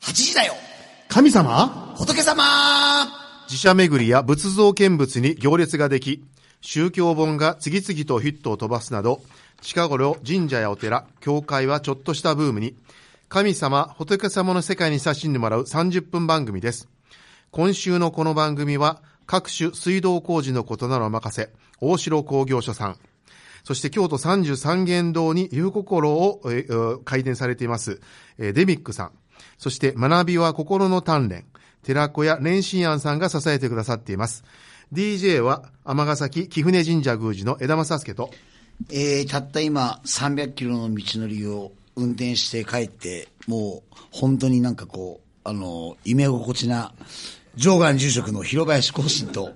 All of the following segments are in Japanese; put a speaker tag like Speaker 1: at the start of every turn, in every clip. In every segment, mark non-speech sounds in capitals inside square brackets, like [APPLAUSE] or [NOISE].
Speaker 1: 8時だよ
Speaker 2: 神様
Speaker 1: 仏様
Speaker 3: 寺社巡りや仏像見物に行列ができ、宗教本が次々とヒットを飛ばすなど、近頃神社やお寺、教会はちょっとしたブームに、神様、仏様の世界に親しんでもらう30分番組です。今週のこの番組は、各種水道工事のことならお任せ、大城工業所さん。そして京都33元堂に遊心を、えー開店されています、えーデミックさん。そして学びは心の鍛錬。寺子屋蓮心庵さんが支えてくださっています。DJ は尼崎貴船神社宮司の枝正介と、
Speaker 1: えー、たった今、300キロの道のりを運転して帰って、もう、本当になんかこう、あの、夢心地な、上岸住職の広林浩信と、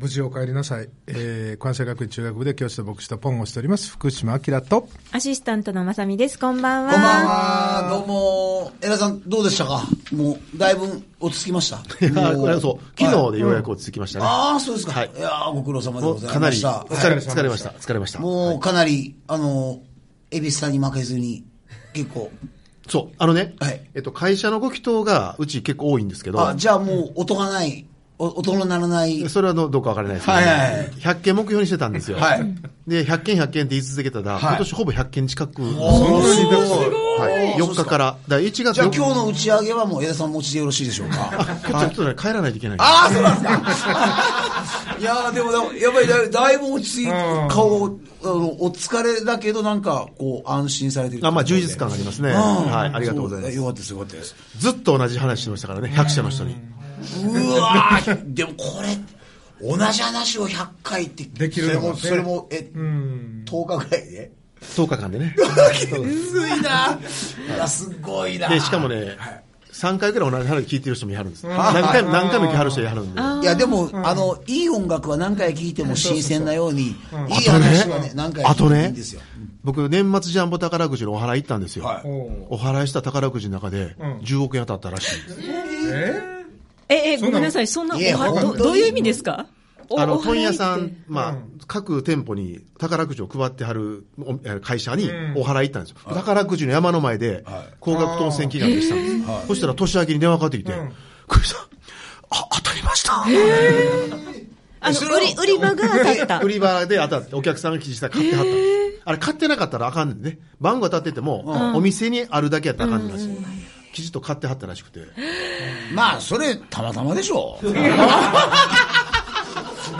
Speaker 4: 無事お帰りなさい。えー、関西学院中学部で教師と牧師とポンをしております、福島明と。
Speaker 5: アシスタントのまさみです。こんばんは。
Speaker 1: こんばんは、どうも、エラさん、どうでしたかもう、だいぶ落ち着きました。も
Speaker 3: そう、昨日でようやく落ち着きましたね。
Speaker 1: ああ、そうですか。
Speaker 3: はい
Speaker 1: い、やーご苦労様で
Speaker 3: も
Speaker 1: ご
Speaker 3: う
Speaker 1: ざ
Speaker 3: か
Speaker 1: い
Speaker 3: な
Speaker 1: ま
Speaker 3: り
Speaker 1: した。はい
Speaker 3: 疲れ疲れました、疲れました。
Speaker 1: もう、かなり、あの、恵比寿さんに負けずに、結構、
Speaker 3: そう、あのね、
Speaker 1: はい
Speaker 3: えっと、会社のご祈祷がうち結構多いんですけど、
Speaker 1: あ、じゃあもう、音がない、お音の鳴らない、
Speaker 3: それはどどうかわからないですけど、
Speaker 1: はいはいはい
Speaker 3: 100件目標にしてたんですよ。
Speaker 1: はい
Speaker 3: で、100件100件って言い続けてたら、
Speaker 1: い
Speaker 3: 今年ほぼ100件近く、
Speaker 1: おーすごい
Speaker 3: はい、4日から、だ1月
Speaker 1: じゃあ今日
Speaker 3: の。
Speaker 1: の打ち上げはもう江田さん持ちでよろしいでしょうか
Speaker 3: ちょっとね、帰らないといけない。
Speaker 1: ああ、そうなんですか。いやーでもでも、やっぱりだいだいぶ落ち着いて、顔、あの、お疲れだけどなんか、こう、安心されてる。
Speaker 3: あまあ、充実感がありますね。
Speaker 1: うん。
Speaker 3: はい、ありがとうござい
Speaker 1: そ
Speaker 3: ま
Speaker 1: だよか
Speaker 3: す。
Speaker 1: ったです、よかったです。
Speaker 3: ずっと同じ話してましたからね、100社の人に。
Speaker 1: うわーでもこれ、同じ話を100回って、
Speaker 4: できるのがね
Speaker 1: それも、それもえ、10日ぐらいで。
Speaker 3: 10日間でね。
Speaker 1: きついな。いや、すごいな。
Speaker 3: で、しかもね、3回くらい同じ話聞いてる人もいはるんですよ。何回も、何回も聞きはる人いはるんで。
Speaker 1: いやでも、あのいい音楽は何回聴いても新鮮なように、いい話はね、何回
Speaker 3: あ
Speaker 1: 聴いて
Speaker 3: と
Speaker 1: もいいん
Speaker 3: ね
Speaker 1: ですよ。、
Speaker 3: 僕、年末ジャンボ宝くじのお祓い行ったんですよ。
Speaker 1: はい
Speaker 3: お祓いした宝くじの中で、10億円当たったらしい。
Speaker 4: え
Speaker 5: え、え、
Speaker 4: そ
Speaker 5: ご
Speaker 4: んなの
Speaker 5: めんなさい。そんな、お
Speaker 1: いえ
Speaker 5: は
Speaker 1: 本
Speaker 5: ど
Speaker 1: 当に
Speaker 5: どういう意味ですかお
Speaker 3: あの、
Speaker 5: お祓
Speaker 3: 問
Speaker 5: いっ
Speaker 3: 屋
Speaker 5: て
Speaker 3: さん、まあ、各店舗に宝くじを配ってはるおえー会社にお払い行ったんですよ。宝くじの山の前で、高額当選祈願でしたんです。そしたら年明けに電話かかってきて、クリさん、あ、当たりました、
Speaker 5: あの、
Speaker 1: それは
Speaker 5: 売り、売り場が当たった
Speaker 3: [LAUGHS] 売。り場で当たって、お客さんが実際買ってはったんです。あれ、買ってなかったらあかんねんね。番号当たってても、お店にあるだけやったらあかんねんらしい。きちっと買ってはったらしくて。
Speaker 1: まあ、それ、たまたまでしょう。
Speaker 4: ー、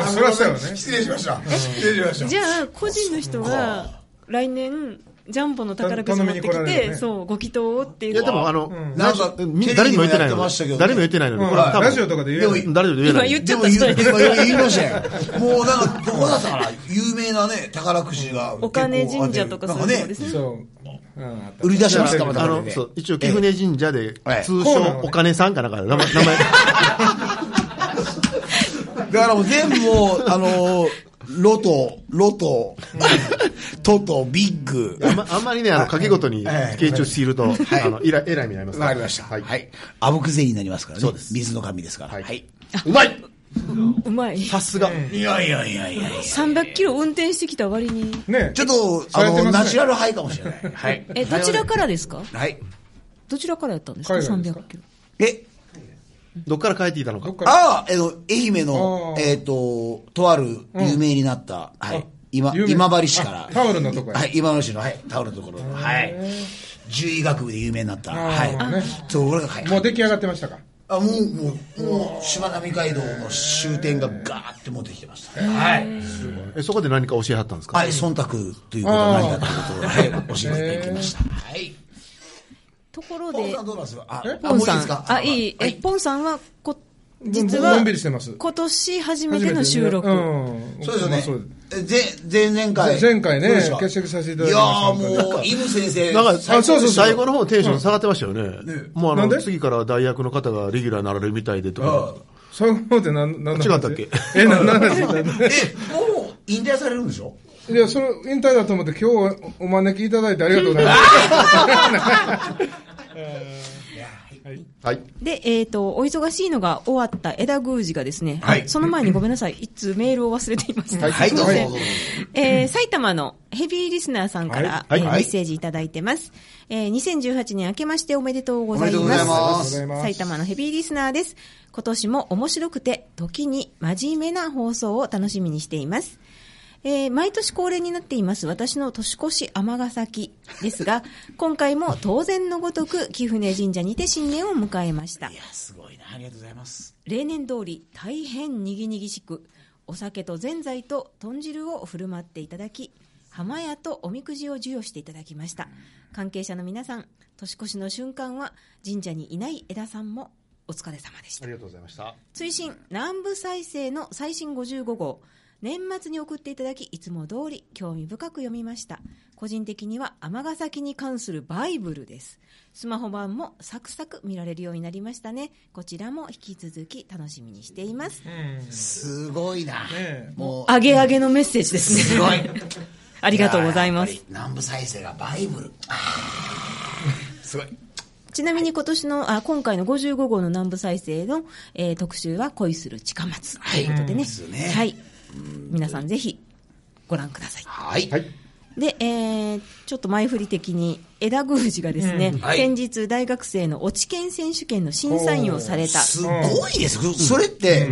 Speaker 4: そりゃそうよね。
Speaker 1: 失礼しました。失礼しました。
Speaker 5: じゃあ、個人の人が、来年、ジャンボの宝くじ
Speaker 4: た
Speaker 5: 持
Speaker 4: 頼
Speaker 5: って
Speaker 4: みに
Speaker 5: き
Speaker 4: 来られる
Speaker 5: て、
Speaker 4: よね
Speaker 5: そう、ご祈祷をっていう
Speaker 3: い
Speaker 5: の
Speaker 3: や、
Speaker 5: は
Speaker 3: でも、あの、
Speaker 1: なんか
Speaker 3: み誰にも言ってない
Speaker 1: テレビでもやって
Speaker 3: の
Speaker 1: ましたけどね
Speaker 3: で、誰にも言ってないので、これは多分
Speaker 4: ラジオとかで言うよ
Speaker 1: でも
Speaker 3: 誰にも言えないの
Speaker 5: 今言
Speaker 3: で
Speaker 5: っちゃ
Speaker 1: [LAUGHS] で
Speaker 5: っ
Speaker 1: も
Speaker 5: た
Speaker 1: 言
Speaker 5: 人
Speaker 1: う今言いましたよ。もうなんか、どこだったかな、有名なね、宝くじが。
Speaker 5: お金神社とか
Speaker 1: な
Speaker 5: そ
Speaker 1: ん
Speaker 5: う
Speaker 1: か
Speaker 5: いうので、
Speaker 1: ね
Speaker 5: すね。
Speaker 4: そう。うん、あった
Speaker 1: 売り出します、たまた
Speaker 3: あ
Speaker 1: ま
Speaker 3: の
Speaker 1: でね。
Speaker 3: そう一応、貴船神社で
Speaker 1: はい、
Speaker 3: 通
Speaker 4: こうなの
Speaker 3: 称
Speaker 4: ね
Speaker 3: お金さんかなんか、名前、名前
Speaker 1: だからもう全部もう、あのー、ロト、ロト、トト、ビッグ。
Speaker 3: あんまあんまりね、あの掛けごとに
Speaker 1: はい
Speaker 3: 傾注している
Speaker 1: い
Speaker 3: と、あの、えらい、えらい目になります
Speaker 1: わかりました。
Speaker 3: はい。
Speaker 1: はい。あぶく銭になりますからね。
Speaker 3: そうです
Speaker 1: 水の神ですから。
Speaker 3: はい
Speaker 1: はい。
Speaker 3: うまいう
Speaker 5: まい。
Speaker 3: さすが。
Speaker 1: いやいやいやいや
Speaker 5: 300キロ運転してきた割に。
Speaker 4: ね
Speaker 1: ちょっと、
Speaker 4: さ
Speaker 1: あ
Speaker 4: れてます
Speaker 1: の、
Speaker 4: ね
Speaker 1: ナチュラルハイかもしれない。はい。
Speaker 5: え、どちらからですか
Speaker 1: はい。
Speaker 5: どちらからやったんですか
Speaker 4: 海外ですか
Speaker 5: ?300 キロ。
Speaker 1: え、
Speaker 3: どっから帰ってきたのか
Speaker 4: どっ。から
Speaker 1: ああ、えっと、愛媛の
Speaker 4: あ、ー
Speaker 1: えっと、とある有名になった、はい。今、
Speaker 4: 有名
Speaker 1: 今治市から
Speaker 4: あ。タオルのとこや
Speaker 1: はい、今治市の、はい、タオルのところの。はい。獣医学部で有名になった。は
Speaker 4: あーね
Speaker 1: い。そう、俺が、はい。
Speaker 4: もう出来上がってましたか。
Speaker 1: あもうもうもうしまなみ海道の終点がガーって持ってきてました、はい、
Speaker 3: え、そこで何か教えはったんですか
Speaker 1: はい、忖度ということは何かということを、はい、教えていきましたはい
Speaker 5: ところ
Speaker 1: ポン
Speaker 5: で
Speaker 1: さん、どうなんですかあ
Speaker 4: え
Speaker 1: あもういい
Speaker 5: さ
Speaker 1: で
Speaker 5: ん
Speaker 1: すか
Speaker 5: あ、いい。
Speaker 1: は
Speaker 5: え、ポンさんは、こ、実
Speaker 4: の
Speaker 5: は
Speaker 4: んびりしてます、
Speaker 5: 今年初めての収録。
Speaker 4: うん。
Speaker 1: そうですよね
Speaker 4: まあそう
Speaker 1: 前前々回
Speaker 4: 前前回ね
Speaker 1: どうですか
Speaker 4: 欠席させていただ
Speaker 1: い
Speaker 4: き
Speaker 1: や
Speaker 4: ました
Speaker 1: ーもうイム先生
Speaker 3: なんか、
Speaker 1: 最
Speaker 4: あそうそうそう
Speaker 3: 最後の方テンション下がってましたよね。もうあ
Speaker 4: なん
Speaker 3: の、
Speaker 4: で
Speaker 3: 次から代役の方がレギュラーになられるみたいでとか。
Speaker 4: そういうのって何、何の話
Speaker 3: 違ったっけ
Speaker 4: え、何の話だ
Speaker 1: え
Speaker 4: [LAUGHS]
Speaker 1: もう引退されるんでしょ
Speaker 4: いや、それ、引退だと思って、今日おお招きいただいてありがとうございます。
Speaker 1: いやはい
Speaker 4: はい。
Speaker 3: はい。
Speaker 2: で、えっ、と、お忙しいのが終わった枝宮司がですね、
Speaker 1: はい
Speaker 2: その前にごめんなさい、一通メールを忘れていました。
Speaker 1: はい
Speaker 2: すません
Speaker 1: どうぞどうぞ
Speaker 2: えー埼玉のヘビーリスナーさんから、
Speaker 1: はい
Speaker 2: えー
Speaker 1: はい
Speaker 2: メッセージいただいてます。えー2018年明けましておめでとうござい
Speaker 1: おめで
Speaker 2: ます。
Speaker 1: とうございます
Speaker 4: ありがとうございます
Speaker 2: 埼玉のヘビーリスナーです。今年も面白くて、時に真面目な放送を楽しみにしています。えー毎年恒例になっています私の年越し尼崎ですが、今回も当然のごとく貴船神社にて新年を迎えました。
Speaker 1: すごいな、ありがとうございます。
Speaker 2: 例年通り大変にぎにぎしくお酒とぜんざいと豚汁を振る舞っていただき浜屋とおみくじを授与していただきました関係者の皆さん年越しの瞬間は神社にいない枝さんもお疲れ様でした
Speaker 3: ありがとうございました。
Speaker 2: 追伸南部再生の最新55号年末に送っていただきいつも通り興味深く読みました個人的には尼崎に関するバイブルですスマホ版もサクサク見られるようになりましたねこちらも引き続き楽しみにしています
Speaker 1: すごいな。
Speaker 4: え
Speaker 1: もう、
Speaker 2: あげあげのメッセージですね
Speaker 1: すごい。
Speaker 2: [LAUGHS] ありがとうございま
Speaker 1: ややっ
Speaker 2: す
Speaker 1: ぱり南部再生がバイブル。あーすごい。
Speaker 2: ちなみに今年のあ今回の55号の南部再生の、えー特集は恋する近松ということでね,、
Speaker 1: すね
Speaker 2: はい皆さんぜひご覧ください
Speaker 1: はい。
Speaker 3: はい。
Speaker 2: で、えーちょっと前振り的に、枝宮司がですね、
Speaker 1: はい
Speaker 2: 先日大学生の落ち研選手権の審査員をされた。
Speaker 1: すごいです。それって、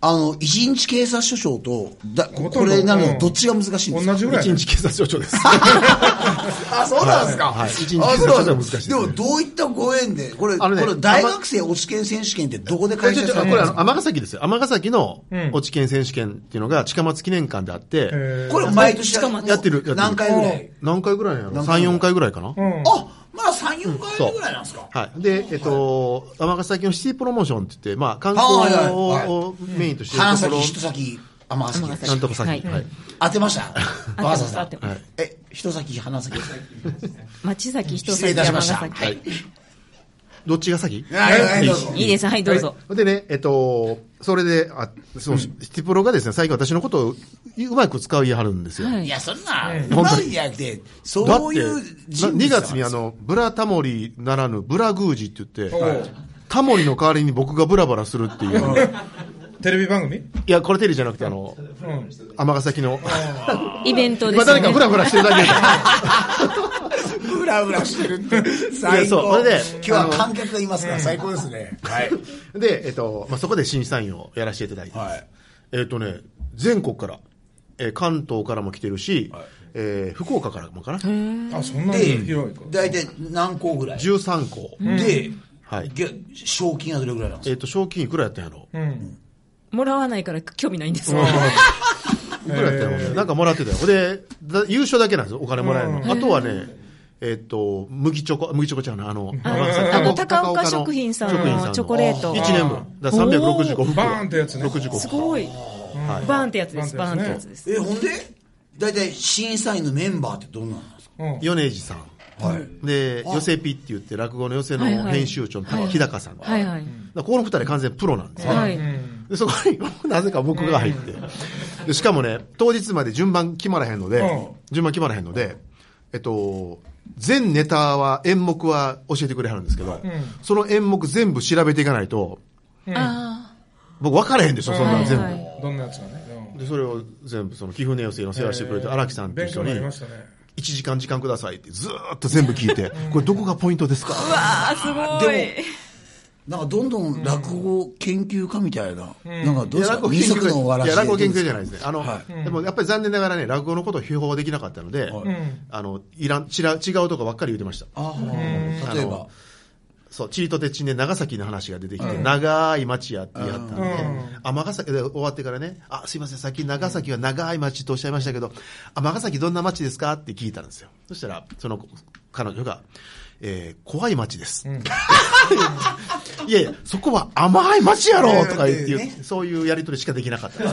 Speaker 1: あの、一日警察署長と、だ
Speaker 4: ほとんど
Speaker 1: これなの、どっちが難しいんですか
Speaker 4: 同じぐらい。
Speaker 3: 一日警察署長です。
Speaker 1: あ、そうなんですか。
Speaker 3: はいはい一日
Speaker 1: あそうなん
Speaker 3: 難しい
Speaker 1: で
Speaker 3: ですす
Speaker 1: で
Speaker 3: ね
Speaker 1: も、どういったご縁で、これ、
Speaker 3: あのね
Speaker 1: これ大学生落ち研選手権ってどこで開
Speaker 3: ちょ
Speaker 1: 催
Speaker 3: ちょ
Speaker 1: さ
Speaker 3: こ
Speaker 1: れ
Speaker 3: れ、
Speaker 1: るん
Speaker 3: あ
Speaker 1: です
Speaker 3: の、
Speaker 1: か
Speaker 3: 尼崎ですよ。尼崎の
Speaker 4: うん
Speaker 3: 落ち県選手権っていうのが近松記念館であって、
Speaker 4: えー
Speaker 1: これ、毎年
Speaker 2: 近松
Speaker 3: やってるやってる
Speaker 1: 何回ぐらい
Speaker 3: 何回ぐらいなの
Speaker 1: 何
Speaker 3: ?3、
Speaker 1: 回
Speaker 3: 4回ぐらいかな、
Speaker 4: うん。
Speaker 1: あ、まだ3、4回ぐらいなんですか
Speaker 3: はい。で、えっと、尼崎のシティプロモーションって言って、まあ、観光
Speaker 1: はいはいはい
Speaker 3: をメインとして
Speaker 1: 花
Speaker 3: るとこ
Speaker 1: 咲、
Speaker 3: ろ、
Speaker 1: 人先、天
Speaker 2: 尼
Speaker 1: 崎
Speaker 2: 崎。
Speaker 3: なんとか先。は
Speaker 2: はいい。
Speaker 3: はい。
Speaker 1: 当てました
Speaker 2: あ
Speaker 1: わざ
Speaker 2: あ
Speaker 1: わ
Speaker 2: って
Speaker 1: ざ。
Speaker 2: ます
Speaker 1: え、人先、花先。
Speaker 2: 町崎人
Speaker 1: 失
Speaker 2: さん
Speaker 1: 礼いたしま
Speaker 2: 山
Speaker 1: した。
Speaker 2: 崎。
Speaker 1: はい。
Speaker 3: どっちが先
Speaker 1: はい、どうぞ。
Speaker 2: いいです。はい、どうぞ。
Speaker 3: でね、えっと、それで、あそのシティプロがですね、最近私のことをうまく使いはるんですよ。
Speaker 2: はい
Speaker 1: いや、そんな、
Speaker 3: 本当
Speaker 1: な
Speaker 3: に
Speaker 1: んじゃなくて、
Speaker 3: だ
Speaker 1: そう
Speaker 3: っ
Speaker 1: い
Speaker 3: て、
Speaker 1: う人
Speaker 3: 2
Speaker 1: 物だから
Speaker 3: 月にあ、の、ブラタモリならぬブラ宮司って言って
Speaker 4: おう、
Speaker 3: タモリの代わりに僕がブラブラするっていう。
Speaker 4: テレビ番組
Speaker 3: いや、これテレビじゃなくて、あの、
Speaker 4: うん。
Speaker 3: 尼崎の。
Speaker 2: イベントで
Speaker 3: 今
Speaker 2: すよ
Speaker 3: 誰か
Speaker 2: ね
Speaker 3: ブ。ラブラしてるだけで。
Speaker 1: うらうらしてる
Speaker 3: [LAUGHS]
Speaker 1: って、最
Speaker 3: そう
Speaker 1: 高。
Speaker 3: これで
Speaker 1: 今日は観客がいますから、最高ですね。はい。
Speaker 3: で、えっと、まあ、そこで審査員をやらせていただいて、
Speaker 1: はい
Speaker 3: えっとね、全国から、えー関東からも来てるし、えー福岡からもかな、
Speaker 4: あ、そんな
Speaker 1: で
Speaker 4: に広いか。、
Speaker 1: 大体何校ぐらい
Speaker 3: 13校、
Speaker 1: で、
Speaker 3: はい
Speaker 1: げ賞金はどれぐらいなんです
Speaker 3: えっと、賞金いくらやったんやろ
Speaker 4: うん。
Speaker 2: もらわないから興味ないんですよ。
Speaker 3: いくらやったんやろうね、なんかもらってたよ。で、だ優勝だけなんですよ、お金もらえるの。あとはね、えっと、麦チョコ、麦チョコちゃうな、あの、
Speaker 2: あの、高岡食品さんのチョコレート。
Speaker 3: 1年分。だから365袋。
Speaker 4: バーンってやつね
Speaker 3: 65袋。
Speaker 2: すごい。バーンってやつです。バ
Speaker 4: バ
Speaker 2: ー
Speaker 4: ー
Speaker 2: ン
Speaker 4: ン
Speaker 2: っ
Speaker 4: ってて
Speaker 2: や
Speaker 4: や
Speaker 2: つ
Speaker 4: つ
Speaker 2: で。
Speaker 4: です
Speaker 1: かえ、ほんで大体審査員のメンバーってどんなんなんですか
Speaker 4: うん。
Speaker 3: 米次さん。で、寄せピって言って、落語の寄せの
Speaker 2: はいはい
Speaker 3: 編集長の高木高さん。
Speaker 2: はい
Speaker 3: だ
Speaker 2: はい。
Speaker 3: からこの二人完全にプロなんですよ。
Speaker 2: はい。
Speaker 3: でそこに [LAUGHS] なぜか僕が入って、でしかもね、当日まで順番決まらへんので、
Speaker 4: うん
Speaker 3: 順番決まらへんので、えっと、全ネタは、演目は教えてくれはるんですけど、その演目全部調べていかないと、
Speaker 2: あ
Speaker 3: 僕分からへんでしょ、そんなの全部。
Speaker 2: はいはい
Speaker 4: どんなやつかね。
Speaker 3: で、それを全部、その、貴船寄せの世話してくれた荒木さんっていう
Speaker 4: 勉
Speaker 3: 人
Speaker 4: 強に
Speaker 3: に
Speaker 4: なり、ましたね。
Speaker 3: 1時間時間くださいってずーっと全部聞いて、これどこがポイントですか
Speaker 2: あ。あ、すごい。
Speaker 1: なんかどんどん落語研究家みたいな、なんかどうで
Speaker 3: いや
Speaker 1: す
Speaker 3: 落
Speaker 1: か
Speaker 3: 語
Speaker 1: 二
Speaker 3: 研
Speaker 1: 足のわ
Speaker 3: 究
Speaker 1: らし
Speaker 3: いや落語研究じゃ
Speaker 1: い
Speaker 3: ないですね。あの、
Speaker 1: は
Speaker 3: でもやっぱり残念ながらね、落語のことを標法できなかったので、あの、いらん、違う、違うとこばっかり言ってました。
Speaker 1: ああ例えば
Speaker 3: そう、チリとてちね、長崎の話が出てきて、長い町やってやったんで、あ、長崎で終わってからね、あ、すいません、さっき長崎は長い町とおっしゃいましたけど、あ、長崎どんな町ですかって聞いたんですよ。そしたら、その、彼女が、えー怖い町です。 [LAUGHS] いやいや、そこは甘い町やろとか言って言って、そういうやりとりしかできなかったです。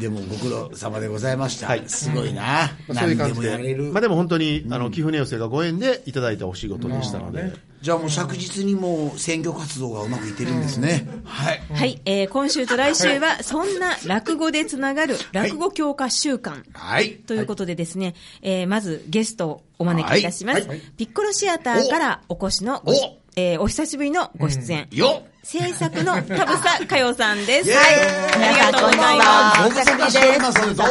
Speaker 1: でもご苦労様でございました、
Speaker 3: はい
Speaker 1: すごいな、
Speaker 3: まあそう
Speaker 1: 何
Speaker 3: いう感
Speaker 1: で
Speaker 3: じ
Speaker 1: もやれ
Speaker 3: で。
Speaker 1: る、
Speaker 3: まあでも本当に、あの、貴船寄せがご縁でいただいたお仕事でしたので。
Speaker 1: じゃあもう着実にもう選挙活動がうまくいってるんですね、はい
Speaker 2: はい、えー今週と来週は、そんな落語でつながる落語強化週間。
Speaker 1: はい
Speaker 2: ということでですね、えーまずゲストをお招きいたします、
Speaker 1: はいはい
Speaker 2: ピッコロシアターからお越しのご
Speaker 1: お
Speaker 2: えーお久しぶりのご出演、
Speaker 1: よっ
Speaker 2: 制作の田房佳代さんです。
Speaker 1: イエーイ
Speaker 2: ありがとうございます。
Speaker 1: ご無沙汰しておりますどうも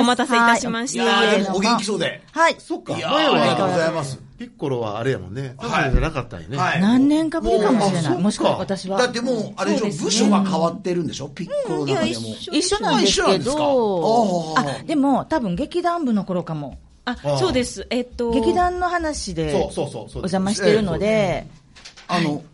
Speaker 2: お待たせいたしまし
Speaker 1: い
Speaker 2: た
Speaker 1: やーでもお元気
Speaker 6: う
Speaker 1: そうで。
Speaker 6: はい。
Speaker 3: そっか、
Speaker 1: い
Speaker 3: 前
Speaker 1: やーありがとうご
Speaker 3: は、
Speaker 1: ざいます。
Speaker 3: ピッコロはあれやもんね。タップじゃなかったんやね。
Speaker 1: はい
Speaker 6: 何年かぶりかもしれ
Speaker 3: もうあそっ
Speaker 6: ない。
Speaker 3: か
Speaker 6: もしくは私は。
Speaker 1: だってもう、あれでしょ、部署が変わってるんでしょピッコロの中でも。
Speaker 6: 一緒なんですけど、
Speaker 1: あ一緒なんですか
Speaker 6: あ、でも多分劇団部の頃かも。
Speaker 2: あ、そうです。えっと、
Speaker 6: 劇団の話で
Speaker 3: そう
Speaker 6: お
Speaker 3: そうそうそう。
Speaker 6: 邪魔してるので、
Speaker 1: あの、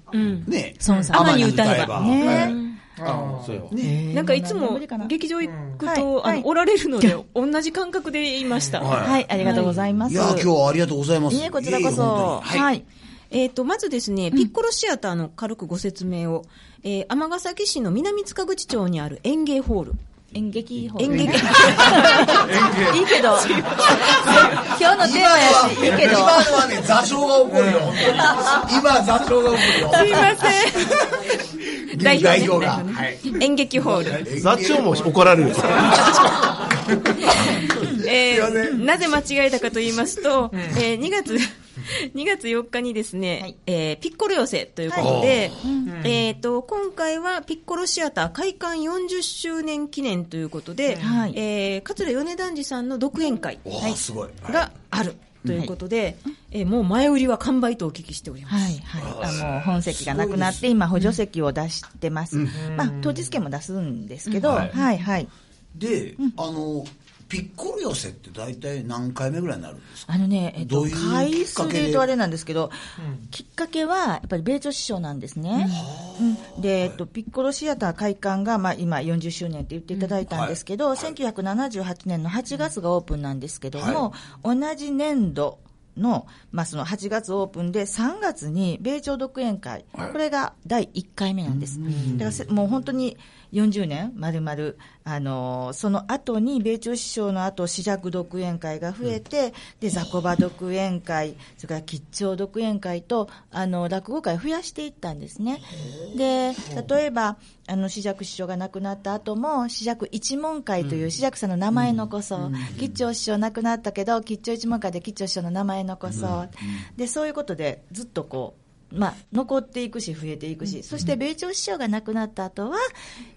Speaker 1: ね
Speaker 6: 孫さん
Speaker 2: 天に歌えば
Speaker 6: ね
Speaker 3: あそうよ。
Speaker 6: ね
Speaker 2: なんかいつ
Speaker 6: 何年
Speaker 2: も
Speaker 6: ぶりかな
Speaker 2: 劇場行く
Speaker 6: うん
Speaker 2: と、
Speaker 6: はい
Speaker 2: あの、おられるので、同じ感覚でいました。
Speaker 6: はい、ありがとうございま
Speaker 1: い
Speaker 6: す。
Speaker 1: やー今日はありがとうございます。
Speaker 6: いえ、こちらこ
Speaker 1: いえいえ
Speaker 6: そ。
Speaker 1: 本当には。
Speaker 6: はいい。
Speaker 2: えっ、と、まずですね、ピッコロシアターの軽くご説明を、えー、尼崎市の南塚口町にある演芸ホール。
Speaker 6: 演劇法。
Speaker 2: 演劇、
Speaker 6: いい [LAUGHS] けど。今日のテーマやし、いいけ
Speaker 1: 今
Speaker 6: ど
Speaker 1: の。はね、座長が起こるよ、本当に。今、座長が起こるよ。
Speaker 6: [LAUGHS]
Speaker 1: すいません。代表
Speaker 2: 代表
Speaker 1: が。はい。
Speaker 2: 演劇ホール。
Speaker 3: 座長も怒られるよ。
Speaker 2: えー、なぜ間違えたかと言いますと、えー、2月、2月4日にですね、
Speaker 6: はい
Speaker 2: えーピッコロ寄せということで、えっ、と、今回はピッコロシアター開館40周年記念ということで、
Speaker 6: はい
Speaker 2: えー桂米團次さんの独演会
Speaker 1: おー、すごい。
Speaker 2: があるということで、えーもう前売りは完売とお聞きしております。
Speaker 6: はいはい、あもう本席がなくなって、今、補助席を出してます、まあ、当日券も出すんですけど、はいはい、
Speaker 1: で、あの、ピッコロ寄せって大体何回目ぐらいになるんですか
Speaker 6: あのね、えっ
Speaker 1: ど
Speaker 6: と
Speaker 1: ういうきっかけで
Speaker 6: 回数で言うとあれなんですけど、きっかけはやっぱり米朝首相なんですね、うんでえっと、ピッコロシアター開館が、まあ、今、40周年って言っていただいたんですけど、1978年の8月がオープンなんですけども、同じ年度の,、まあその8月オープンで、3月に米朝独演会、これが第1回目なんです、だからせもう本当に40年、まるまる、あのーその後に米朝首相の後四尺独演会が増えて、で雑魚場独演会、それから吉兆独演会とあの落語会を増やしていったんですね。で例えばあの四尺首相が亡くなった後も四尺一門会という四尺さんの名前残そう、吉兆首相亡くなったけど吉兆一門会で吉兆首相の名前残そう、でそういうことでずっとこうまあ、残っていくし増えていくし、そして米朝首相が亡くなった後は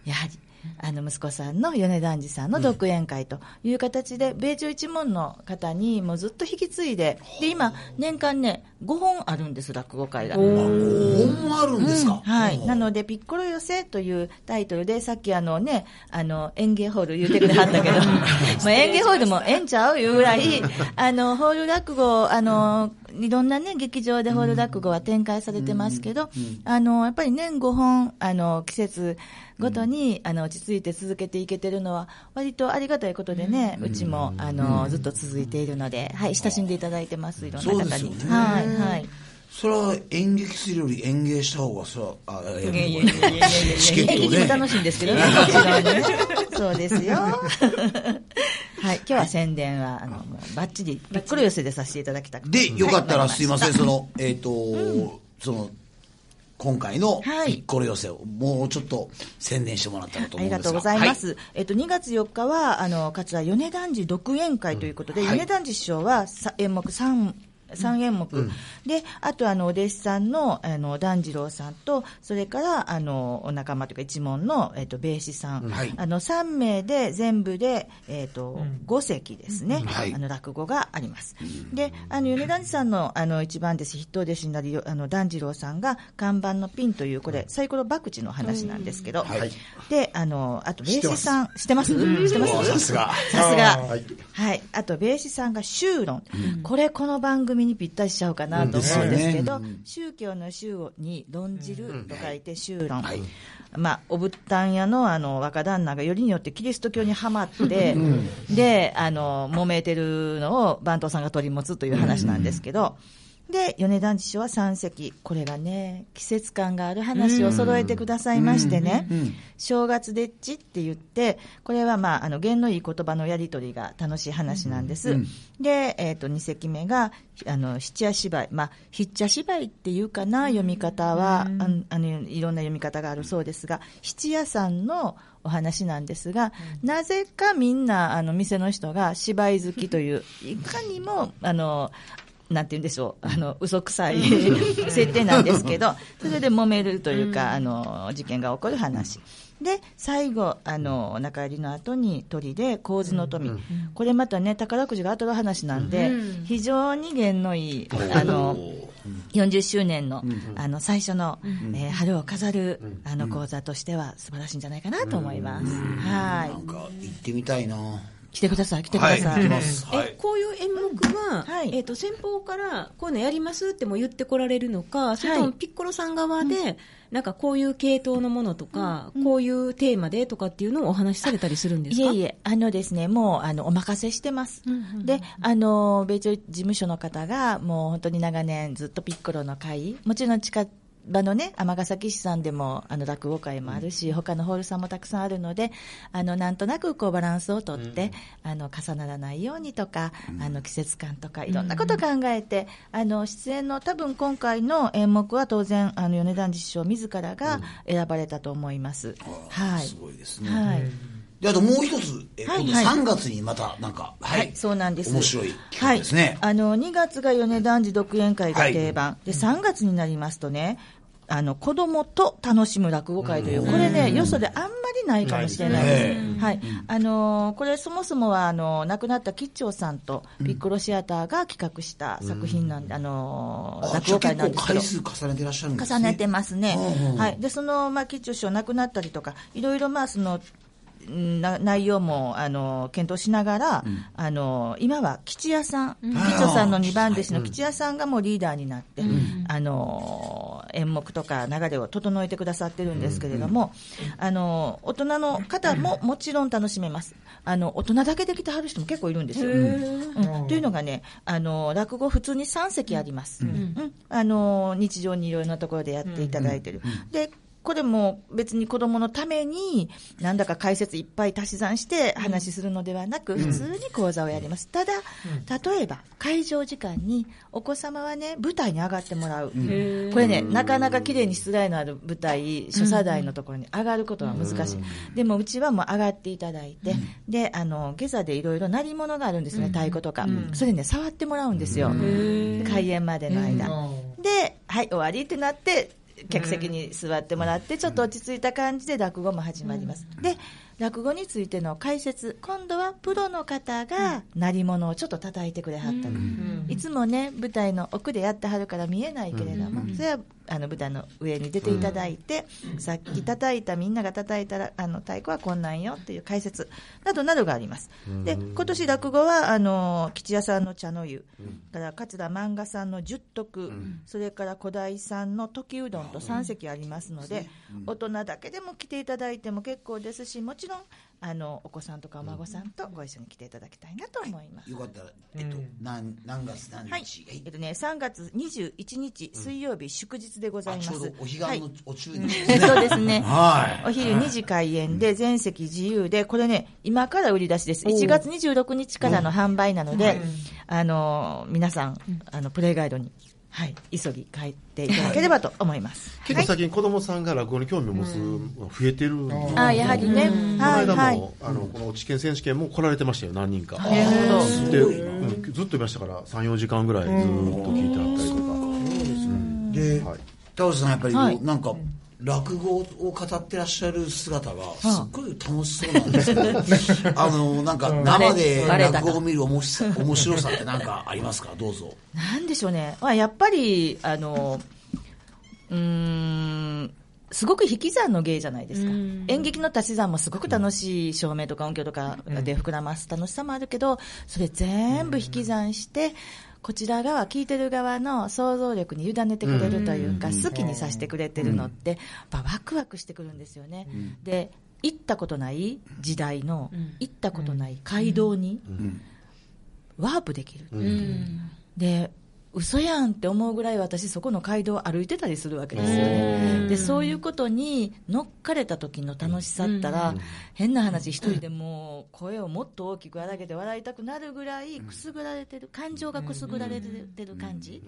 Speaker 6: やはりあの息子さんの米團次さんの独演会という形で、米朝一門の方にもうずっと引き継いでで今、年間ね5本あるんです落語会が。
Speaker 1: ?5 本あるんですか
Speaker 6: はい、なので、ピッコロ寄せというタイトルで、さっきあの、ね、あの園芸ホール言うてくれはった [LAUGHS] けど、もう園芸ホールもええんちゃういうぐらい、あのホール落語、あのいろんな、ね、劇場でホール落語は展開されてますけど、あのやっぱり年5本、あの季節ごとにあの落ち着いて続けていけてるのは、割とありがたいことでね、うちもあのずっと続いているので、はい、親しんでいただいてます、いろんな
Speaker 1: そうで
Speaker 6: 方
Speaker 1: すよ
Speaker 6: に
Speaker 1: ね。
Speaker 6: はいはい
Speaker 1: それは演劇するより演芸した方がそれはあ
Speaker 6: いやいや
Speaker 1: 演
Speaker 6: いやいや
Speaker 1: 芸チケ
Speaker 6: 演劇も
Speaker 1: ット
Speaker 6: 楽
Speaker 1: ね
Speaker 6: しいんですけどね、もちろんね。そう [LAUGHS] ですよ。はい、今日は宣伝は、あの、もうバッチリ、びっくり寄せでさせていただきたくて。
Speaker 1: でよかったらすいません
Speaker 6: は
Speaker 1: そのえっとその今回のピ
Speaker 6: はい
Speaker 1: ッコロ寄せをもうちょっと宣伝してもらったらと
Speaker 6: あ
Speaker 1: 思うん
Speaker 6: り
Speaker 1: で
Speaker 6: が
Speaker 1: す
Speaker 6: とうございます。えっと、2月4日は、あの、桂米團次独演会ということで、
Speaker 1: はい
Speaker 6: 米團次師匠は、さ演目3、三演目、であとあのお弟子さんのあの團次郎さんとそれからあのお仲間というか一門の、えっとベーシさん、
Speaker 1: はい
Speaker 6: あの3名で全部で、えっと5席ですね、
Speaker 1: はい
Speaker 6: あの落語があります。で、あの米團次さんのあの一番弟子、筆頭弟子になり、あの團次郎さんが看板のピンというこれサイコロ博打の話なんですけど、
Speaker 1: はい
Speaker 6: で、あのあとベーシさんしてます？してます？
Speaker 1: さすが
Speaker 6: さすが。はい。あとベーシさんが宗論、これこの番組にぴったりしちゃうかなと思うんですけど、宗教の宗をに論じると書いて宗論。まあ、お仏壇屋のあの若旦那がよりによってキリスト教にはまって、で、あの、揉めてるのを番頭さんが取り持つという話なんですけど、で、米団次師匠は三席。これがね、季節感がある話を揃えてくださいましてね、正月でっちって言って、これはまあ、あの、弦のいい言葉のやりとりが楽しい話なんです。で、えっ、と、二席目が、あの、七夜芝居。まあ、七夜芝居っていうかな、読み方は、あの、あのいろんな読み方があるそうですが、七夜さんのお話なんですが、なぜ [LAUGHS] かみんな、あの、店の人が芝居好きという、いかにも、あの、なんて言うんでしょう、あの、嘘くさい [LAUGHS] 設定なんですけど、それで揉めるというか、あの、事件が起こる話。で、最後、あの、お腹入りの後に鳥で、構図の富。これまたね、宝くじが後の話なんで、非常に弦のいい、あ
Speaker 3: [LAUGHS]
Speaker 6: の、40周年の、あの、最初の、えー春を飾る、あの、講座としては素晴らしいんじゃないかなと思います。は
Speaker 1: なん
Speaker 6: い。
Speaker 1: か行ってみたいな
Speaker 6: 来てください、来てくださ
Speaker 1: 行きますは
Speaker 2: え
Speaker 1: い
Speaker 2: こういう演目は、
Speaker 6: はい
Speaker 2: えー、と先方からこういうのやりますっても言ってこられるのか、それともピッコロさん側で、なんかこういう系統のものとか、こういうテーマでとかっていうのをお話しされたりするんです
Speaker 6: い
Speaker 2: か
Speaker 6: えいえ、あのですね、もう、あの、お任せしてます。で、あの、米朝事務所の方が、もう本当に長年ずっとピッコロの会、もちろん近場のね、尼崎市さんでも、あの、落語会もあるし、他のホールさんもたくさんあるので、あの、なんとなくこうバランスをとって、あの、重ならないようにとか、あの、季節感とか、いろんなこと考えて、あの、出演の多分今回の演目は当然、あの、米團次師匠自らが選ばれたと思います。はい。
Speaker 1: すごいですね、
Speaker 6: はい。
Speaker 1: であともう一つ、え
Speaker 6: はい
Speaker 1: 今度
Speaker 6: はい
Speaker 1: 3月にまたなんかは
Speaker 6: はい、そうなんです。
Speaker 1: 面白い企画ですね、
Speaker 6: はい、あの2月が米男児独演会が定番、で3月になりますとね。あの子供と楽しむ落語会という、これね、よそであんまりないかもしれないです、はいあのーこれ、そもそもはあの亡くなった吉兆さんとピッコロシアターが企画した作品なんで、あのー
Speaker 1: あ
Speaker 6: 落
Speaker 1: じゃ
Speaker 6: 語
Speaker 1: あ
Speaker 6: 会
Speaker 1: 結
Speaker 6: なん
Speaker 1: 構
Speaker 6: ですけど
Speaker 1: 回、数重ねてらっしゃるんですね
Speaker 6: 重ねてますね
Speaker 1: うんうん、
Speaker 6: はい、でその、まあ、吉兆師匠亡くなったりとか、いろいろ、まあ、そのんな内容もあの検討しながら、あの今は吉弥さん、吉兆さんの2番弟子の吉弥さんがもうリーダーになって、あの演目とか流れを整えてくださってるんですけれども、あの大人の方ももちろん楽しめます、あの大人だけで来てはる人も結構いるんですよ。うんというのがね、あの落語、普通に3席あります、うんあの、日常にいろいろなところでやっていただいてる。でこれも別に子供のために、なんだか解説いっぱい足し算して話しするのではなく、普通に講座をやります。ただ、例えば、会場時間にお子様はね、舞台に上がってもらう。これね、なかなか綺麗に出題のある舞台、諸差台のところに上がることは難しい。でも、うちはもう上がっていただいて、で、あの、下座でいろいろ鳴り物があるんですね、太鼓とか。それね、触ってもらうんですよ。開演までの間。で、はい、終わりってなって、客席に座ってもらって、ちょっと落ち着いた感じで落語も始まります。で、落語についての解説、今度はプロの方が鳴り物をちょっと叩いてくれはったの。いつもね、舞台の奥でやってはるから見えないけれども、それはあの舞台の上に出ていただいて、さっき叩いた、みんなが叩いたら、あの太鼓はこんなんよっていう解説などなどがあります。で、今年落語は、あの、吉弥さんの茶の湯、から桂漫画さんの十徳、それから小台さんの時うどんと3席ありますので、大人だけでも来ていただいても結構ですし、もちろん、あの、お子さんとかお孫さんとご一緒に来ていただきたいなと思います。
Speaker 1: よかったら、えっと、何何月何日、
Speaker 6: は
Speaker 1: は
Speaker 6: い
Speaker 1: い、
Speaker 6: えっとね、3月21日水曜日祝日でござい
Speaker 1: あ
Speaker 6: ます。
Speaker 1: ちょうどお彼岸の、
Speaker 6: はい
Speaker 1: お中にですね、
Speaker 6: そうですね。
Speaker 1: は
Speaker 6: お昼2時開演で、全席自由で、これね、今から売り出しです。1月26日からの販売なので、あの、皆さん、あの、プレイガイドに、はい、急ぎ帰っていただければと思います。
Speaker 3: 結構最近子供さんが落語に興味を持つのが増えてるんですよ
Speaker 6: あやはりね、
Speaker 3: この
Speaker 6: はい、
Speaker 3: 間も、
Speaker 6: はい。
Speaker 3: あのこの知見選手権も来られてましたよ何人か
Speaker 6: なるほど。
Speaker 3: で、うんずっといましたから34時間ぐらいずーっと聞いてあったりとか、
Speaker 1: いで
Speaker 3: はい
Speaker 1: 田淵さんやっぱり、
Speaker 6: はい
Speaker 1: なんか落語を語ってらっしゃる姿がすっごい楽しそうなんですけど、
Speaker 6: [LAUGHS]
Speaker 1: あのなんか生で
Speaker 6: バレた
Speaker 1: 落語を見る面白さ面白さって何かありますかどうぞ
Speaker 6: なんでしょうね、まあ、やっぱり、あのうーん、すごく引き算の芸じゃないですか、演劇の足し算もすごく楽しい、照明とか音響とかで膨らます楽しさもあるけど、それ全部引き算して、こちら側、聞いてる側の想像力に委ねてくれるというか、好きにさせてくれてるのって、やっぱワクワクしてくるんですよね。で行ったことない時代の、行ったことない街道に、ワープできる、で嘘やんって思うぐらい私そこの街道を歩いてたりするわけですよねでそういうことに乗っかれた時の楽しさったら、変な話一人でもう声をもっと大きく荒げて笑いたくなるぐらいくすぐられてる感情がくすぐられてる感じ、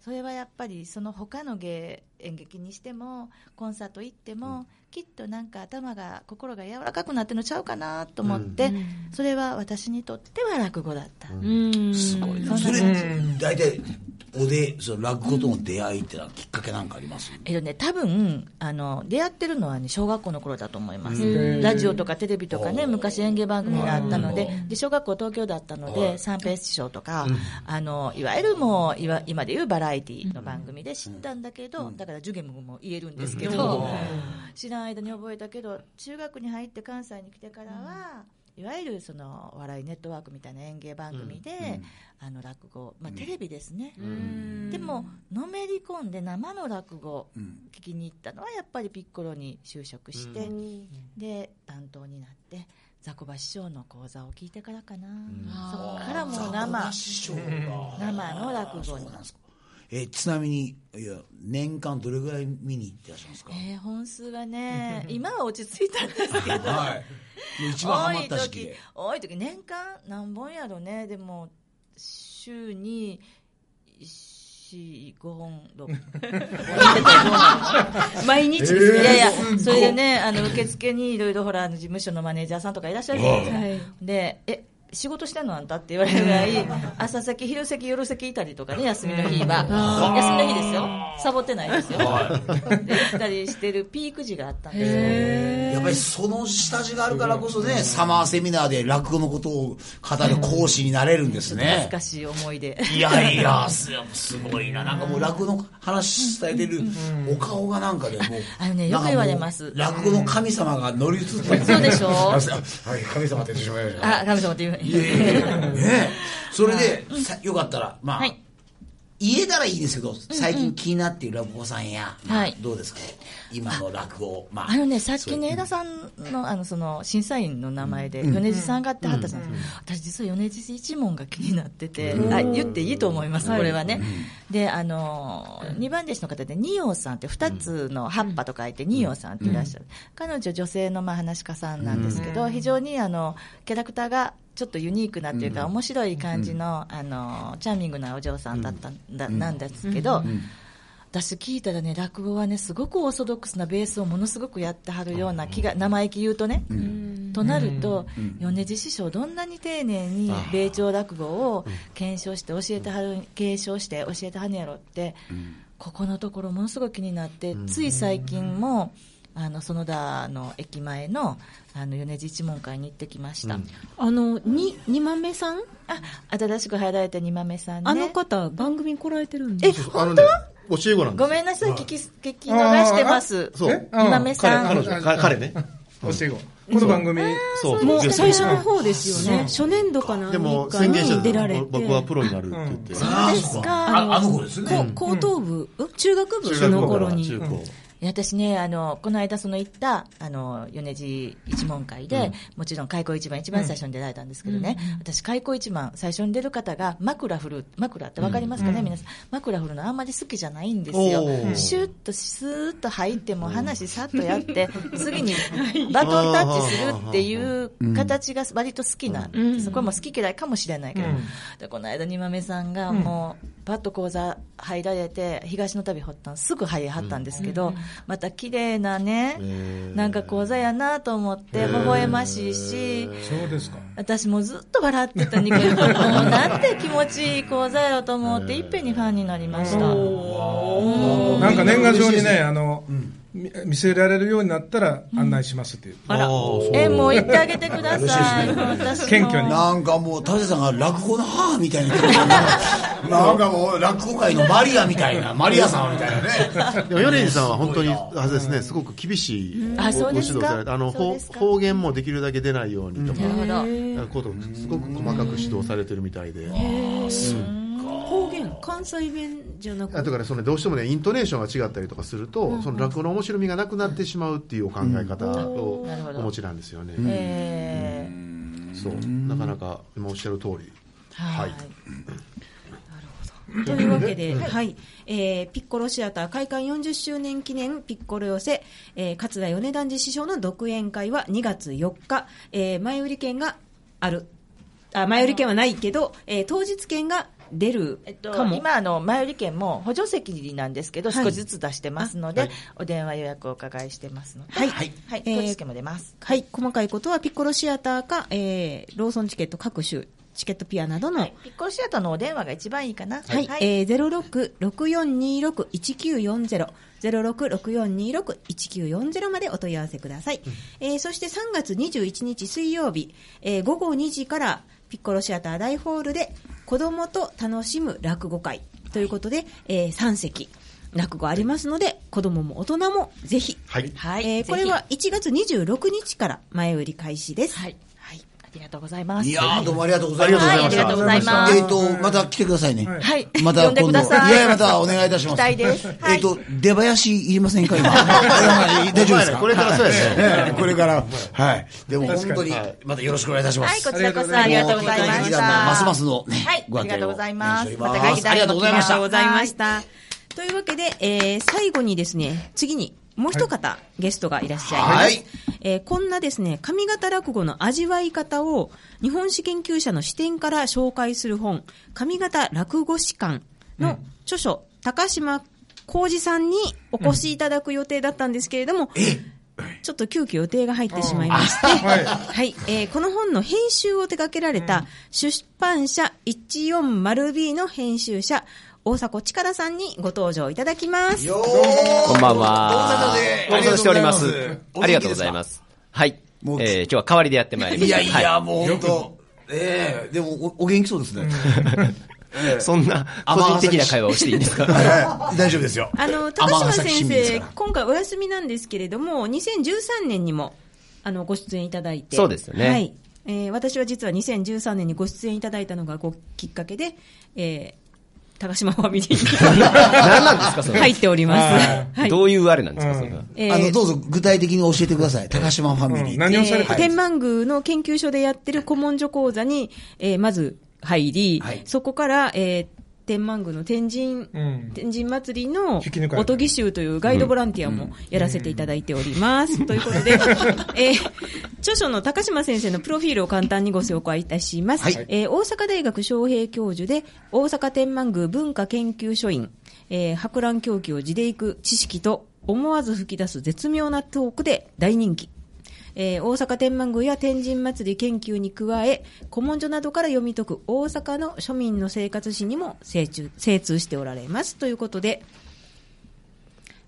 Speaker 6: それはやっぱりその他の芸演劇にしてもコンサート行っても、きっとなんか頭が心が柔らかくなってのちゃうかなと思って、それは私にとっては落語だった、
Speaker 1: すごいね。それ、大体、おで、その落語との出会いってのはきっかけなんかあります
Speaker 6: えっとね、多分あの出会ってるのは、ね、小学校の頃だと思います、ラジオとかテレビとかね、昔、演芸番組があったので、で小学校、東京だったので、三平師匠とか、あのいわゆるもういわ今でいうバラエティの番組で知ったんだけど、だから、ジュゲムも言えるんですけど、知らん間に覚えたけど、中学に入って関西に来てからは。いわゆるそのお笑いネットワークみたいな演芸番組で、あの落語、まあ、テレビですね、でものめり込んで生の落語聞きに行ったのはやっぱりピッコロに就職して、で担当になってザコバ師匠の講座を聞いてからかな、そっからもう生
Speaker 1: 師匠
Speaker 6: 生の落語に
Speaker 1: なんですか。えーちなみに、いや、年間どれぐらい見に行ってらっしゃるんですか
Speaker 6: えー本数がね [LAUGHS] 今は落ち着いたんですけど
Speaker 1: はい。もう一番ハマった時期で。
Speaker 6: 多い時多い時年間何本やろねでも週に45本6本
Speaker 1: [LAUGHS]
Speaker 5: 毎日ですね。
Speaker 6: いやいや、それでね、あの受付にいろいろほら、あの事務所のマネージャーさんとかいらっしゃるじゃないですか。で、え、仕事してんのあんたって言われるぐ
Speaker 1: [LAUGHS]
Speaker 6: らい、朝先、昼先、夜先いたりとかね、休みの日は。休みの日ですよ。サボってないですよ。で、行ったりしてるピーク時があったんですよ。
Speaker 1: やっぱりその下地があるからこそね、サマーセミナーで落語のことを語る講師になれるんですね
Speaker 6: 懐。かしい思い出。
Speaker 1: いやいや、すすごいな。なんかもう落語の話されてるお顔がなんかでもう。
Speaker 6: あのねよく言われます
Speaker 1: なんかもう落語の神様が乗り移ってる
Speaker 6: そうでしょ
Speaker 1: あすいませんはい、神様って言ってしまいました。
Speaker 6: あ、神様って言う。
Speaker 1: いやいやいやねそれで、さよかったら、まあ、
Speaker 6: はい
Speaker 1: 言えたらいいですけど、最近気になっている落語さんや、まあ
Speaker 6: はい
Speaker 1: どうですかね、今の落語、まあ、
Speaker 6: あのね、さっきね、江田さんの、あの、その、審査員の名前で、米津さんがってはったじゃないですか。私、実は米津一門が気になってて、あ、言っていいと思います、これはね。で、あの、二番弟子の方で、二葉さんって、二つの葉っぱと書いて、二葉さんっていらっしゃる。彼女、女性の、まあ、話し家さんなんですけど、非常に、あの、キャラクターが、ちょっとユニークなというか、面白い感じの、あの、チャーミングなお嬢さんだったんだ、なんですけど、私聞いたらね落語はねすごくオーソドックスなベースをものすごくやってはるような気が生意気言うとね、となると、米津師匠どんなに丁寧に米朝落語を検証して教えてはる、継承して教えてはるんやろって、ここのところものすごく気になって、つい最近も。あの園田の駅前のあの米津一門会に行ってきました、
Speaker 5: あの、に、にまめさん
Speaker 6: あ新しく入られた二豆さんね
Speaker 5: あの方、番組に来られてるんで
Speaker 6: え
Speaker 5: す。
Speaker 3: あのね、教え子なんです
Speaker 6: ごめんなさい聞き聞き逃してます
Speaker 3: そう
Speaker 4: え
Speaker 6: 二豆さん
Speaker 3: 彼女、彼彼ね。
Speaker 4: 教え子。この番組、
Speaker 3: そう。
Speaker 5: も
Speaker 3: で
Speaker 5: う最初の方ですよね。初年度かな
Speaker 3: でも
Speaker 5: にか
Speaker 3: 宣言し
Speaker 5: に
Speaker 3: て
Speaker 5: 出
Speaker 3: た
Speaker 5: られて。
Speaker 3: 僕はプロになるって言って。
Speaker 1: あーそうかああの子ですね。
Speaker 5: こ高等部、うん中学部
Speaker 3: 中
Speaker 5: の
Speaker 3: 高か
Speaker 5: 頃
Speaker 3: ら
Speaker 5: に。
Speaker 3: 中高。
Speaker 6: いや私ねあのこの間その行ったあの米次一門会で、もちろん開口一番一番最初に出られたんですけどね、私開口一番最初に出る方が枕振る枕ってわかりますかね、皆さん枕振るのあんまり好きじゃないんですよ
Speaker 3: おー
Speaker 6: シュッとスーッと入ってもう話さっとやって、次にバトンタッチするっていう形が割と好きな、そこはもう好き嫌いかもしれないけど、でこの間にまめさんがもうパッと講座入られて東の旅掘ったんすぐ入りはったんですけど、また綺麗なね、なんか講座やなと思って微笑ましいし、
Speaker 4: そうですか。
Speaker 6: 私もずっと笑ってたんだけど、もうなんて気持ちいい講座やろと思って、いっぺんにファンになりました。
Speaker 4: なんか年賀状にね、あの、み見せられるようになったら案内しますっていう。
Speaker 3: あら。そう
Speaker 6: え、もう行ってあげてください。私も
Speaker 4: 謙虚に
Speaker 1: なんかもう、田瀬さんが落語の母みたいな。 [LAUGHS] なんかもう、落語界のマリアみたいな、マリアさんみたいなね。
Speaker 3: でもヨネジさんは本当に、あれですね、すごく厳しいご
Speaker 6: あそ
Speaker 3: 指
Speaker 6: うで
Speaker 3: 導
Speaker 6: すか
Speaker 3: されて、あの、
Speaker 6: そう
Speaker 3: 方
Speaker 6: ですか
Speaker 3: 方言もできるだけ出ないようにとか、
Speaker 6: なるほど。
Speaker 3: なんかことをすごく細かく指導されてるみたいで。
Speaker 5: 方言、関西弁じゃなく
Speaker 3: あと
Speaker 5: て。
Speaker 3: からそのどうしてもねイントネーションが違ったりとかすると、その落語の面白みがなくなってしまうっていうお考え方を
Speaker 6: なるほど
Speaker 3: お持ちなんですよね、
Speaker 6: え
Speaker 3: そうなかなか今おっしゃる通り
Speaker 6: ー、はい。
Speaker 2: というわけで、はい、えーピッコロシアター開館40周年記念ピッコロ寄せ、えー桂米團次師匠の独演会は2月4日、えー前売り券がある。あ前売り券はないけど、えー当日券が出る
Speaker 6: えっ
Speaker 2: か
Speaker 6: と、
Speaker 2: も、
Speaker 6: 今あの、前売り券も補助席なんですけど、
Speaker 2: はい
Speaker 6: 少しずつ出してますので、お電話予約をお伺いしてますので、はい、はい、
Speaker 2: えー
Speaker 6: 当日券も出ます。
Speaker 2: はい、細かいことはピッコロシアターか、えーローソンチケット各種チケットピアなどの、はい
Speaker 6: ピッコロシアターのお電話が一番いいかな。
Speaker 2: えー、0664261940、0664261940までお問い合わせください。えーそして3月21日水曜日、えー午後2時からピッコロシアター大ホールで、子供と楽しむ落語会ということで、え3席。落語ありますので、子供も大人もぜひ。
Speaker 3: はい
Speaker 6: はい
Speaker 2: えー
Speaker 6: ぜひ
Speaker 2: これは1月26日から前売り開始です。
Speaker 6: はい、はい、ありがとうございます。
Speaker 1: [LAUGHS] いやー、どうもありがとうございました。
Speaker 6: はいありがとうございます
Speaker 1: えっ、と、また来てくださいね。
Speaker 4: はい
Speaker 6: はい、
Speaker 1: また
Speaker 6: 呼んで
Speaker 1: 今
Speaker 6: く
Speaker 1: 度、
Speaker 6: ださい。
Speaker 1: いやいやまたお願いいたします。
Speaker 6: 期待です。
Speaker 1: えっ、と、出囃子いりません [LAUGHS] か、今。大丈夫ですか
Speaker 3: これからそうやね。
Speaker 1: ねこれから、はい。でも本当に、またよろしくお願いいたしま
Speaker 6: はい、
Speaker 1: す。
Speaker 6: こちらこそありがとうございま
Speaker 1: もうこの会議
Speaker 6: し
Speaker 1: 団
Speaker 6: た。
Speaker 1: のますますのね
Speaker 6: はい、
Speaker 1: ご
Speaker 6: あり
Speaker 1: 発展
Speaker 6: がと
Speaker 1: を
Speaker 6: うございま
Speaker 1: お願い
Speaker 6: す。
Speaker 1: しております
Speaker 6: 会議団
Speaker 1: ありがとうございました
Speaker 6: の
Speaker 2: ありがとうご
Speaker 6: 皆さん
Speaker 2: ざいました。というわけで、えー最後にですね、次にもう一方、ゲストがいらっしゃいます。
Speaker 1: はい
Speaker 2: えーこんなですね、上方落語の味わい方を日本史研究者の視点から紹介する本、上方落語史観の著書、高島浩二さんにお越しいただく予定だったんですけれども、ちょっと急遽予定が入ってしまいまして、
Speaker 4: はい
Speaker 2: はい、えーこの本の編集を手掛けられた出版社 140B の編集者、大迫力さんにご登場いただきます。
Speaker 1: よ
Speaker 7: こんばんは。
Speaker 1: ご
Speaker 7: ご
Speaker 1: 無沙汰
Speaker 7: 無沙汰
Speaker 1: し
Speaker 7: してて
Speaker 1: お
Speaker 7: お
Speaker 1: り
Speaker 7: り
Speaker 1: ま
Speaker 7: ますす。
Speaker 1: あり
Speaker 7: あり
Speaker 1: が
Speaker 7: が
Speaker 1: とうご
Speaker 7: とうご
Speaker 1: ざ
Speaker 7: ざ
Speaker 1: い
Speaker 7: い
Speaker 1: ま
Speaker 7: ます。はい。え
Speaker 1: もう
Speaker 7: ー今日は代わりでやってまいりま
Speaker 1: い
Speaker 7: し
Speaker 1: や
Speaker 7: た。
Speaker 1: いや、
Speaker 7: は
Speaker 1: もう本当、ええでもおお元気そうですね。
Speaker 7: い。そんな、個人的な会話をしていいんで
Speaker 1: [LAUGHS]
Speaker 7: すか
Speaker 1: はい大丈夫ですよ。
Speaker 2: あの、高島
Speaker 1: 尼
Speaker 2: 先
Speaker 1: 崎市民です
Speaker 2: 生
Speaker 1: から、
Speaker 2: 今回お休みなんですけれども、2013年にも、あの、ご出演いただいて。
Speaker 7: そうですよね
Speaker 2: はい。えー私は実は2013年にご出演いただいたのがごきっかけで、えー高島ファミリーに
Speaker 7: 何なんですか [LAUGHS] それ。
Speaker 2: 入っております。はい。
Speaker 7: どういうあれなんですかそれは。
Speaker 2: えー
Speaker 1: あの、どうぞ具体的に教えてください。高島ファミリー。
Speaker 4: うん何をされ
Speaker 2: えー天満宮の研究所でやってる古文書講座に、えーまず入り、
Speaker 1: はい
Speaker 2: そこから、えー天満宮の天神、
Speaker 4: うん
Speaker 2: 天神祭りの
Speaker 4: 引き抜かれた
Speaker 2: おとぎ集というガイドボランティアもやらせていただいております。ということで、えー著書の高島先生のプロフィールを簡単にご紹介いたします。
Speaker 1: はい
Speaker 2: えー大阪大学招聘教授で、大阪天満宮文化研究所員、えー博覧狂気を地でいく知識と思わず吹き出す絶妙なトークで大人気。えー大阪天満宮や天神祭り研究に加え、古文書などから読み解く大阪の庶民の生活史にも精通精通しておられます。ということで、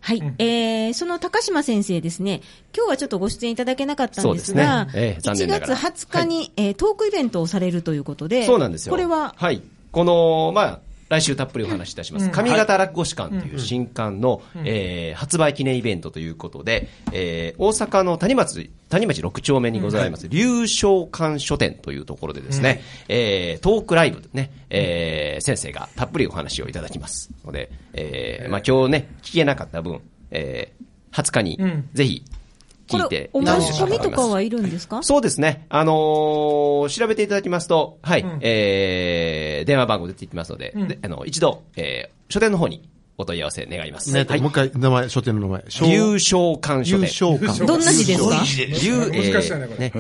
Speaker 2: はい、えーその高島先生ですね、今日はちょっとご出演いただけなかったんですが、
Speaker 7: そうですねええ残念ながら
Speaker 2: 1月20日に、えートークイベントをされるということで、
Speaker 7: そうなんですよ。
Speaker 2: これは、
Speaker 7: はい。この、まあ、来週たっぷりお話しいたします。上方落語史館という新刊の、えー発売記念イベントということで、えー大阪の谷町、谷町6丁目にございます、流昇館書店というところでですね、えートークライブでね、えー先生がたっぷりお話をいただきますので、えーまあ今日ね、聞けなかった分、えー20日に
Speaker 4: ん、
Speaker 7: ぜひ、
Speaker 2: こ
Speaker 7: 聞い
Speaker 2: れ
Speaker 7: て、
Speaker 2: お申し込みとか
Speaker 7: い
Speaker 2: はいるんですか
Speaker 7: そうですね。あのー調べていただきますと、はい、えー、電話番号出てきますので、であの、一度、えー、書店の方にお問い合わせ願います。
Speaker 3: ね
Speaker 7: はい
Speaker 3: もう一。回、名前、書店の名前。
Speaker 7: 流昇館書
Speaker 3: 優
Speaker 7: 店。
Speaker 3: 勝感。
Speaker 2: どんな字ですか
Speaker 7: 龍え
Speaker 4: 難しいねこ
Speaker 7: ーねえ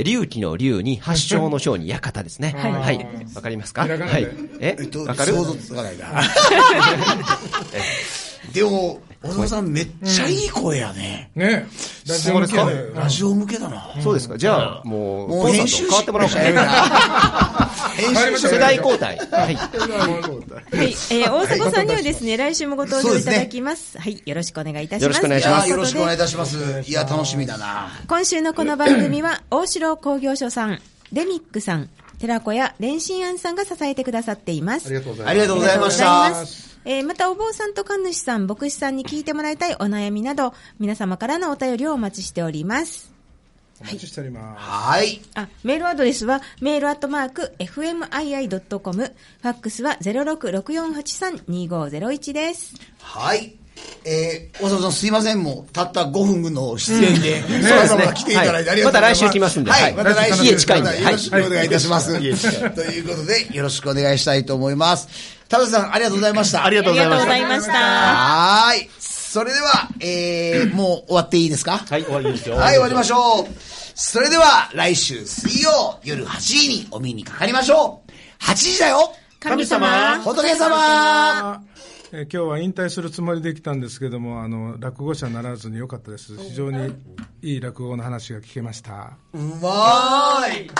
Speaker 7: ー龍気の龍に発祥の章に館ですね。はい。はいわかりますか
Speaker 4: ひらがな
Speaker 7: は
Speaker 4: で
Speaker 7: い。え
Speaker 1: えっと、
Speaker 7: わかる
Speaker 1: 想像つかないな。でも、小沢さんめっちゃいい声やね。
Speaker 4: ねラジオ向けで
Speaker 3: そう
Speaker 4: うん
Speaker 1: ラジオ向けだな。
Speaker 7: そうですか。じゃあ、もう、
Speaker 1: も
Speaker 7: コ
Speaker 1: う
Speaker 7: ンサー
Speaker 1: 編
Speaker 7: ト
Speaker 1: 集
Speaker 7: 変わってもら
Speaker 1: [LAUGHS]
Speaker 7: おうかな。
Speaker 1: 編
Speaker 4: 変わりましょう
Speaker 7: 世代交代。はい。
Speaker 2: はい、えー、大迫さんにはですね、来週もご登場いただきます。はい、よろしくお願いいたします。
Speaker 7: よろしくお願いします
Speaker 1: いやよろしくお願いい
Speaker 2: というこ
Speaker 1: たします。いや、楽しみだな。
Speaker 2: とで今週のこの番組
Speaker 7: [CLEARS THROAT]
Speaker 2: は、大城工業所さん、デミックさん、寺子屋蓮心庵さんが支えてくださっています。
Speaker 4: ありがとうございます
Speaker 1: ありがとうございまし
Speaker 2: ありがとうござい
Speaker 1: た
Speaker 2: ま。す。えーまたお坊さんと神主さん、牧師さんに聞いてもらいたいお悩みなど、皆様からのお便りをお待ちしております。
Speaker 4: お待ちしております
Speaker 1: はい。
Speaker 2: あ、メールアドレスは、メールアットマーク、fmii.com、ファックスは0664832501です。
Speaker 1: はい。えー、大沢さんすいません、もう、たった5分の出演で、そら [LAUGHS] そら来ていただいてありがとうございます。
Speaker 7: また来週来ますんで
Speaker 1: は、
Speaker 7: はいい
Speaker 1: また来週。
Speaker 7: 家近いんで
Speaker 1: またよろしくお願いいたします。ということで、よろしくお願いしたいと思います。田辺さん、ありがとうございました。ありがとうございました。ありがとうございました。はーい。それでは、えー、もう終わっていいですか
Speaker 7: はい、終わりですよ
Speaker 1: はい、終わりましょう。それでは、来週水曜夜8時にお目にかかりましょう。8時だよ
Speaker 5: 神様
Speaker 1: 仏様
Speaker 4: えー今日は引退するつもりで来たんですけどもあの落語者にならずに良かったです非常にいい落語の話が聞けました
Speaker 1: うまーい